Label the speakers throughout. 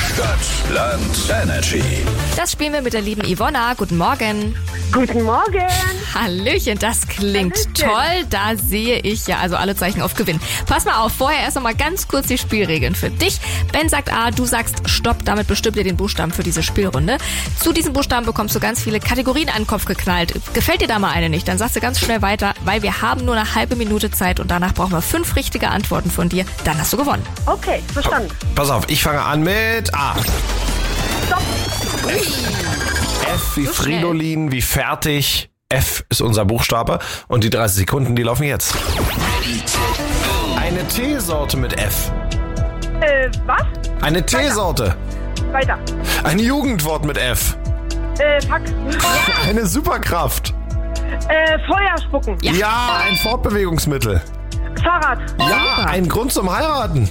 Speaker 1: Stadt, Land, Energy.
Speaker 2: Das spielen wir mit der lieben Ivonna. Guten Morgen.
Speaker 3: Guten Morgen.
Speaker 2: Hallöchen, das klingt
Speaker 3: Hallöchen.
Speaker 2: toll. Da sehe ich ja also alle Zeichen auf Gewinn. Pass mal auf, vorher erst nochmal ganz kurz die Spielregeln für dich. Ben sagt A, du sagst Stopp, damit bestimmt ihr den Buchstaben für diese Spielrunde. Zu diesem Buchstaben bekommst du ganz viele Kategorien an den Kopf geknallt. Gefällt dir da mal eine nicht, dann sagst du ganz schnell weiter, weil wir haben nur eine halbe Minute Zeit und danach brauchen wir fünf richtige Antworten von dir. Dann hast du gewonnen.
Speaker 3: Okay, verstanden.
Speaker 4: Pass auf, ich fange an mit A.
Speaker 3: Stopp.
Speaker 4: F wie
Speaker 2: So schnell.
Speaker 4: Fridolin, wie fertig. F ist unser Buchstabe und die 30 Sekunden, die laufen jetzt. Eine Teesorte mit F.
Speaker 3: Äh, was?
Speaker 4: Eine Teesorte.
Speaker 3: Weiter.
Speaker 4: Ein Jugendwort mit F.
Speaker 3: Äh, fuck.
Speaker 4: Eine Superkraft.
Speaker 3: Äh, Feuer spucken.
Speaker 2: Ja.
Speaker 4: Ja, ein Fortbewegungsmittel.
Speaker 3: Fahrrad.
Speaker 4: Ja, ein Grund zum Heiraten.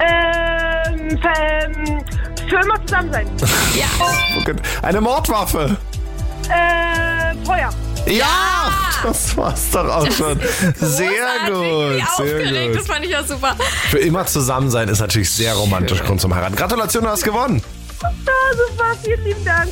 Speaker 3: Ähm, ver- ähm, für immer zusammen sein.
Speaker 2: Ja.
Speaker 4: Eine Mordwaffe.
Speaker 3: Äh, Feuer.
Speaker 4: Ja, das war's doch auch schon. Sehr gut, sehr
Speaker 2: Aufgeregt,
Speaker 4: gut.
Speaker 2: das fand ich ja super.
Speaker 4: Für immer zusammen sein ist natürlich sehr romantisch. Grund zum Heiraten. Gratulation, du hast gewonnen.
Speaker 3: Ja, Ah, super. Vielen lieben Dank.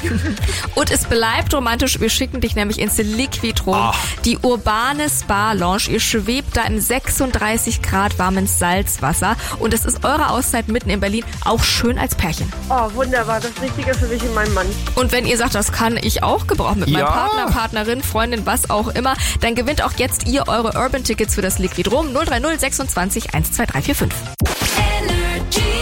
Speaker 2: Und es bleibt romantisch. Wir schicken dich nämlich ins Liquidrum,
Speaker 4: Ah.
Speaker 2: die urbane Spa-Lounge. Ihr schwebt da im 36 Grad warmen Salzwasser. Und es ist eure Auszeit mitten in Berlin, auch schön als Pärchen.
Speaker 3: Oh, wunderbar. Das Richtige für mich und meinen Mann.
Speaker 2: Und wenn ihr sagt, das kann ich auch gebrauchen mit meinem
Speaker 4: Ja.
Speaker 2: Partner, Partnerin, Freundin, was auch immer, dann gewinnt auch jetzt ihr eure Urban-Tickets für das Liquidrum 030 26 12345.
Speaker 5: energy.